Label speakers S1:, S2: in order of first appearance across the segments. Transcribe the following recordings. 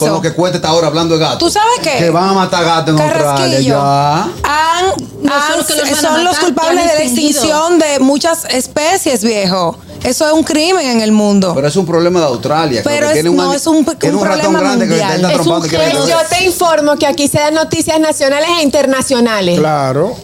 S1: con lo que cuenta está ahora hablando de gato.
S2: ¿Tú sabes qué?
S1: Que van a matar gato en Australia
S2: Carrasquillo.
S1: ya.
S2: Han-
S3: Nosotros
S2: han-
S3: que los van a
S2: son los
S3: matar,
S2: culpables
S3: que han
S2: de la
S3: extinguido.
S2: extinción de muchas especies, viejo. Eso es un crimen en el mundo.
S1: Pero es un problema de Australia. creo
S2: Pero
S1: que
S2: es-
S1: tiene un,
S2: no,
S1: ang-
S2: es un-
S1: tiene
S2: un
S1: un ratón
S2: problema
S1: grande que
S2: mundial.
S1: le está
S2: Es
S1: trompando.
S4: un
S1: que le-
S4: gen. Yo te informo que aquí se dan noticias nacionales e internacionales.
S5: Claro.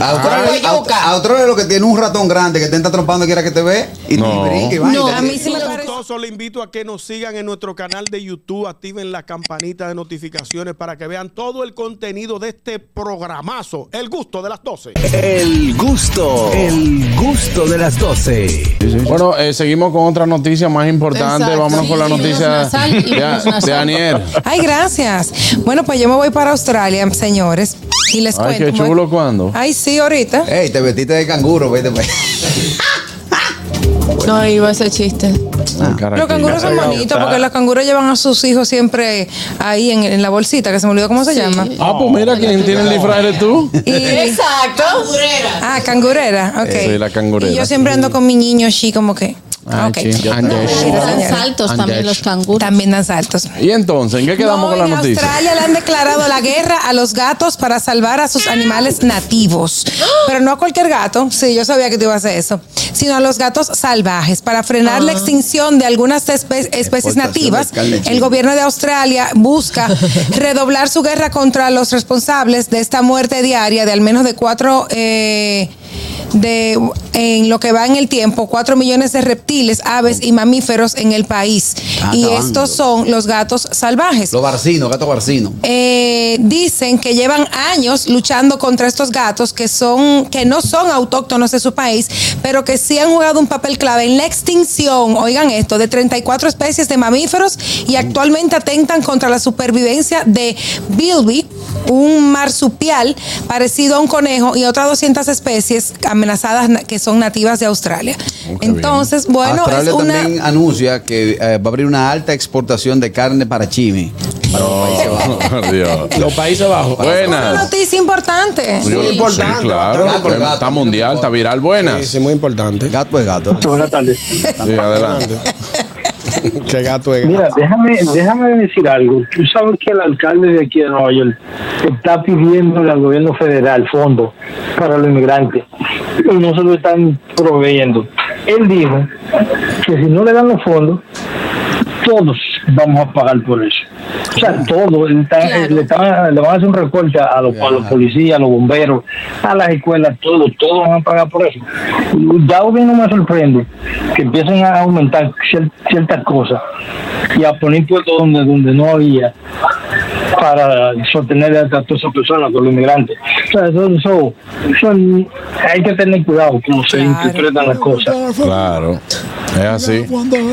S1: Australia,
S4: Como yuca.
S1: Aust- Australia es lo que tiene un ratón grande que te está trompando y quiera que te ve y
S6: No.
S1: te brinque y va, y
S3: No,
S1: te-
S3: a mí sí me
S2: Pero-
S3: parece.
S7: Gustoso, le invito a que nos sigan en nuestro canal de YouTube, activen la campanita de notificaciones para que vean todo el contenido de este programazo, El Gusto de las 12.
S8: El gusto, el gusto de las 12.
S6: Bueno, eh, seguimos con otra noticia más importante.
S4: Exacto.
S6: Vámonos con la
S3: Sí, virus
S6: noticia
S3: nasal y virus
S6: de, de
S3: nasal.
S6: Aniel.
S5: Ah.
S2: Ay, gracias. Bueno, pues yo me voy para Australia, señores. Y les
S6: Ay,
S2: cuento.
S6: qué
S2: ¿cómo es?
S6: chulo, ¿cuándo?
S2: Ay, sí, ahorita.
S1: Ey, te vestiste de canguro, vete. pues.
S4: No iba ese chiste.
S6: Ay, carajillo.
S2: Los canguros son bonitos porque los canguros llevan a sus hijos siempre ahí en, en la bolsita, que se me olvidó cómo se llama.
S6: Ah, pues mira, quien tiene el disfraz eres tú.
S2: Y-
S4: Exacto.
S2: ah, cangurera, ok.
S6: Eh, soy la cangurera.
S2: Y yo siempre ando con mi niño así como que.
S6: Ah,
S2: ok.
S6: sí, Andesh.
S2: Sí,
S3: Dan
S2: señora.
S3: saltos también los canguros.
S2: También dan saltos.
S6: Y entonces, ¿en qué quedamos
S2: No,
S6: con la
S2: en
S6: noticia?
S2: Australia le han declarado la guerra a los gatos para salvar a sus animales nativos. Pero no a cualquier gato, sí, yo sabía que te iba a hacer eso, sino a los gatos salvajes. Para frenar la extinción de algunas espe- especies
S1: Exportación
S2: nativas,
S1: de carne china.
S2: el gobierno de Australia busca redoblar su guerra contra los responsables de esta muerte diaria de al menos de cuatro... eh, de en lo que va en el tiempo, cuatro millones de reptiles, aves y mamíferos en el país.
S6: Ah,
S1: Están
S2: y
S1: acabando.
S2: estos son los gatos salvajes.
S1: Los barcinos, gato barcino.
S2: Eh, dicen que llevan años luchando contra estos gatos que son que no son autóctonos de su país, pero que sí han jugado un papel clave en la extinción, oigan esto, de 34 especies de mamíferos y actualmente atentan contra la supervivencia de Bilby, un marsupial parecido a un conejo y otras 200 especies amenazadas na- que son nativas de Australia.
S6: bien.
S2: Entonces, bueno,
S1: Oh, Australia
S2: es una
S1: también anuncia que eh, va a abrir una alta exportación de carne para Chimi.
S6: No, Dios.
S5: Los Países Bajos.
S2: una
S6: Buenas.
S2: noticia importante.
S6: Sí,
S5: Muy importante,
S6: sí, claro.
S5: bastante
S1: importante.
S6: Está mundial, está viral.
S5: Sí,
S6: Buenas.
S5: sí, muy importante.
S1: Gato es gato.
S9: Buenas tardes.
S6: Sí, adelante.
S5: Qué gato es.
S9: Mira, déjame, déjame decir algo. Tú sabes que el alcalde de aquí de Nueva York está pidiendo al gobierno federal fondos para los inmigrantes y no se lo están proveyendo. Él dijo que si no le dan los fondos, todos vamos a pagar por eso. O sea, todos. Él está-
S3: Claro.
S9: eh, le, está- le van a hacer un recorte a los, a los policías, a los bomberos, a las escuelas, todos, todos van a pagar por eso. Ya a mí no me sorprende que empiecen a aumentar cier- ciertas cosas y a poner puestos donde, donde no había para sostener a todas esas personas, con los inmigrantes. O sea, eso, eso, eso- hay que tener cuidado cómo se
S2: Claro.
S9: interpretan las cosas.
S6: Claro. Es así.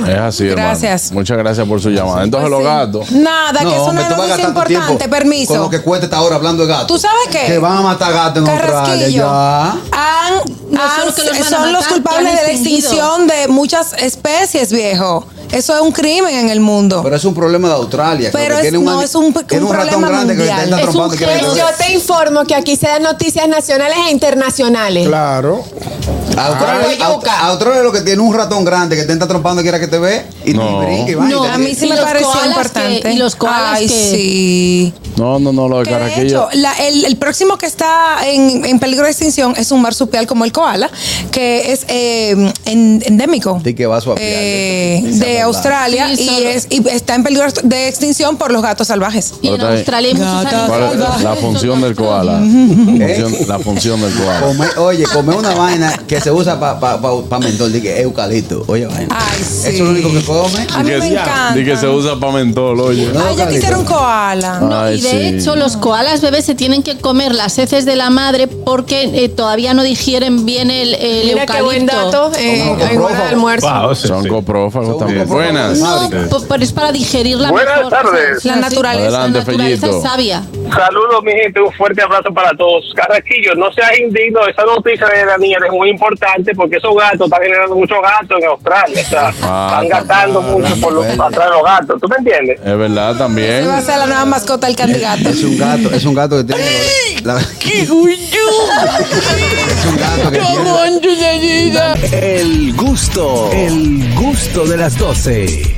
S6: Es así, hermano.
S2: Gracias. Pues
S6: Muchas gracias por su llamada. Entonces, los gatos.
S2: Nada, que es
S1: hombre,
S2: una
S1: tú vas a
S2: noticia
S1: gastar tu
S2: importante,
S1: tiempo
S2: permiso.
S1: Con lo que cuenta está ahora hablando de gato.
S2: ¿Tú sabes qué?
S1: Que van a matar gato en Australia
S2: Carrasquillo.
S1: ya.
S2: Han,
S3: Nosotros
S2: han-
S3: que los van a
S2: son los
S3: matar,
S2: culpables
S3: que han
S2: de la
S3: extinguido.
S2: extinción de muchas especies, viejo. Eso es un crimen en el mundo.
S1: Pero es un problema de Australia. creo
S2: Pero
S1: que
S2: es-
S1: tiene un,
S2: no,
S1: ang-
S2: es un-
S1: tiene
S2: un
S1: ratón
S2: problema
S1: grande que le
S2: mundial.
S1: está
S2: Es un
S1: trompando. que le-
S4: Yo te informo que aquí se dan noticias nacionales e internacionales.
S5: Claro.
S1: Australia,
S4: Como yuca.
S1: Aust- Australia es lo que tiene un ratón grande que te está trompando y quiera que te ve y
S6: No.
S1: te brinque y va, y
S3: No,
S1: te-
S3: a
S2: a mí sí
S3: y
S2: me
S3: los
S2: pareció
S3: koalas
S2: importante.
S3: que- y los koalas
S2: Ay,
S3: que-
S2: sí.
S6: No, no, no, lo de
S2: Que de
S6: Carraquillo.
S2: hecho, la- el, el próximo que está en, en peligro de extinción es un marsupial como el koala, que es eh, en- endémico.
S1: Sí, que va suaveando.
S2: eh,
S1: Sí,
S2: de
S1: habla.
S2: Australia
S3: Sí,
S2: y,
S3: solo-
S2: es, y está en peligro de extinción por los gatos salvajes.
S3: Y en
S6: Pero está ahí.
S3: Australia hay muchos
S2: Gatas
S6: ¿Cuál es
S3: animales.
S6: la ¿Eh? función del koala? Función- La función del koala.
S1: Come- oye, come una vaina que se usa para pa, pa, pa mentol, di que eucalipto. Oye, vaina.
S2: Ay, Ah, sí.
S1: Eso es lo único que come.
S2: Eh, A mí
S6: Di que-
S2: me encanta.
S6: di que se usa para mentol, oye.
S1: No,
S2: Ay, yo
S1: Carlito.
S2: quisiera un koala.
S3: No,
S6: Ay,
S3: y de
S6: sí.
S3: hecho los koalas bebés se tienen que comer las heces de la madre porque eh, todavía no digieren bien el, el
S4: Mira
S3: eucalipto.
S4: qué buen dato eh,
S1: Como
S4: en hora de
S1: prófago.
S4: almuerzo.
S6: Son coprófagos
S1: Son
S6: también.
S1: coprófagos.
S6: Buenas.
S3: No, po- pero es para digerirla
S9: Buenas
S3: mejor.
S9: tardes.
S2: La naturaleza.
S6: Adelante,
S3: La naturaleza
S6: Fellito.
S3: es sabia.
S9: Saludos, mi gente. Un fuerte abrazo para todos. Carrasquillo, no seas indigno. Esa noticia de Daniel es muy importante porque esos gatos están generando muchos gatos en Australia. O sea,
S6: Ah,
S9: están gastando mucho por los, atrás de los gatos. ¿Tú me entiendes?
S6: Es verdad también.
S2: Esa va a ser la nueva mascota del candidato.
S1: Es un gato, es un gato que tiene. la- la- es un gato que tiene.
S6: Eh,
S8: El gusto, el gusto de las 12.